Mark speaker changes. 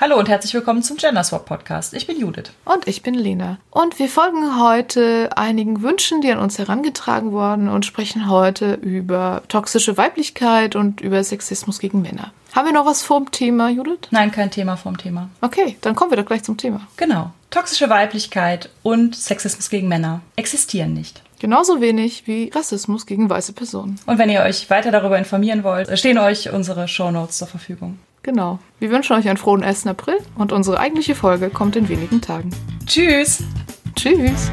Speaker 1: Hallo und herzlich willkommen zum Genderswap Podcast. Ich bin Judith.
Speaker 2: Und ich bin Lena. Und wir folgen heute einigen Wünschen, die an uns herangetragen wurden und sprechen heute über toxische Weiblichkeit und über Sexismus gegen Männer. Haben wir noch was vorm Thema, Judith?
Speaker 1: Nein, kein Thema vorm Thema.
Speaker 2: Okay, dann kommen wir doch gleich zum Thema.
Speaker 1: Genau. Toxische Weiblichkeit und Sexismus gegen Männer existieren nicht.
Speaker 2: Genauso wenig wie Rassismus gegen weiße Personen.
Speaker 1: Und wenn ihr euch weiter darüber informieren wollt, stehen euch unsere Shownotes zur Verfügung.
Speaker 2: Genau. Wir wünschen euch einen frohen 1. April und unsere eigentliche Folge kommt in wenigen Tagen.
Speaker 1: Tschüss!
Speaker 2: Tschüss!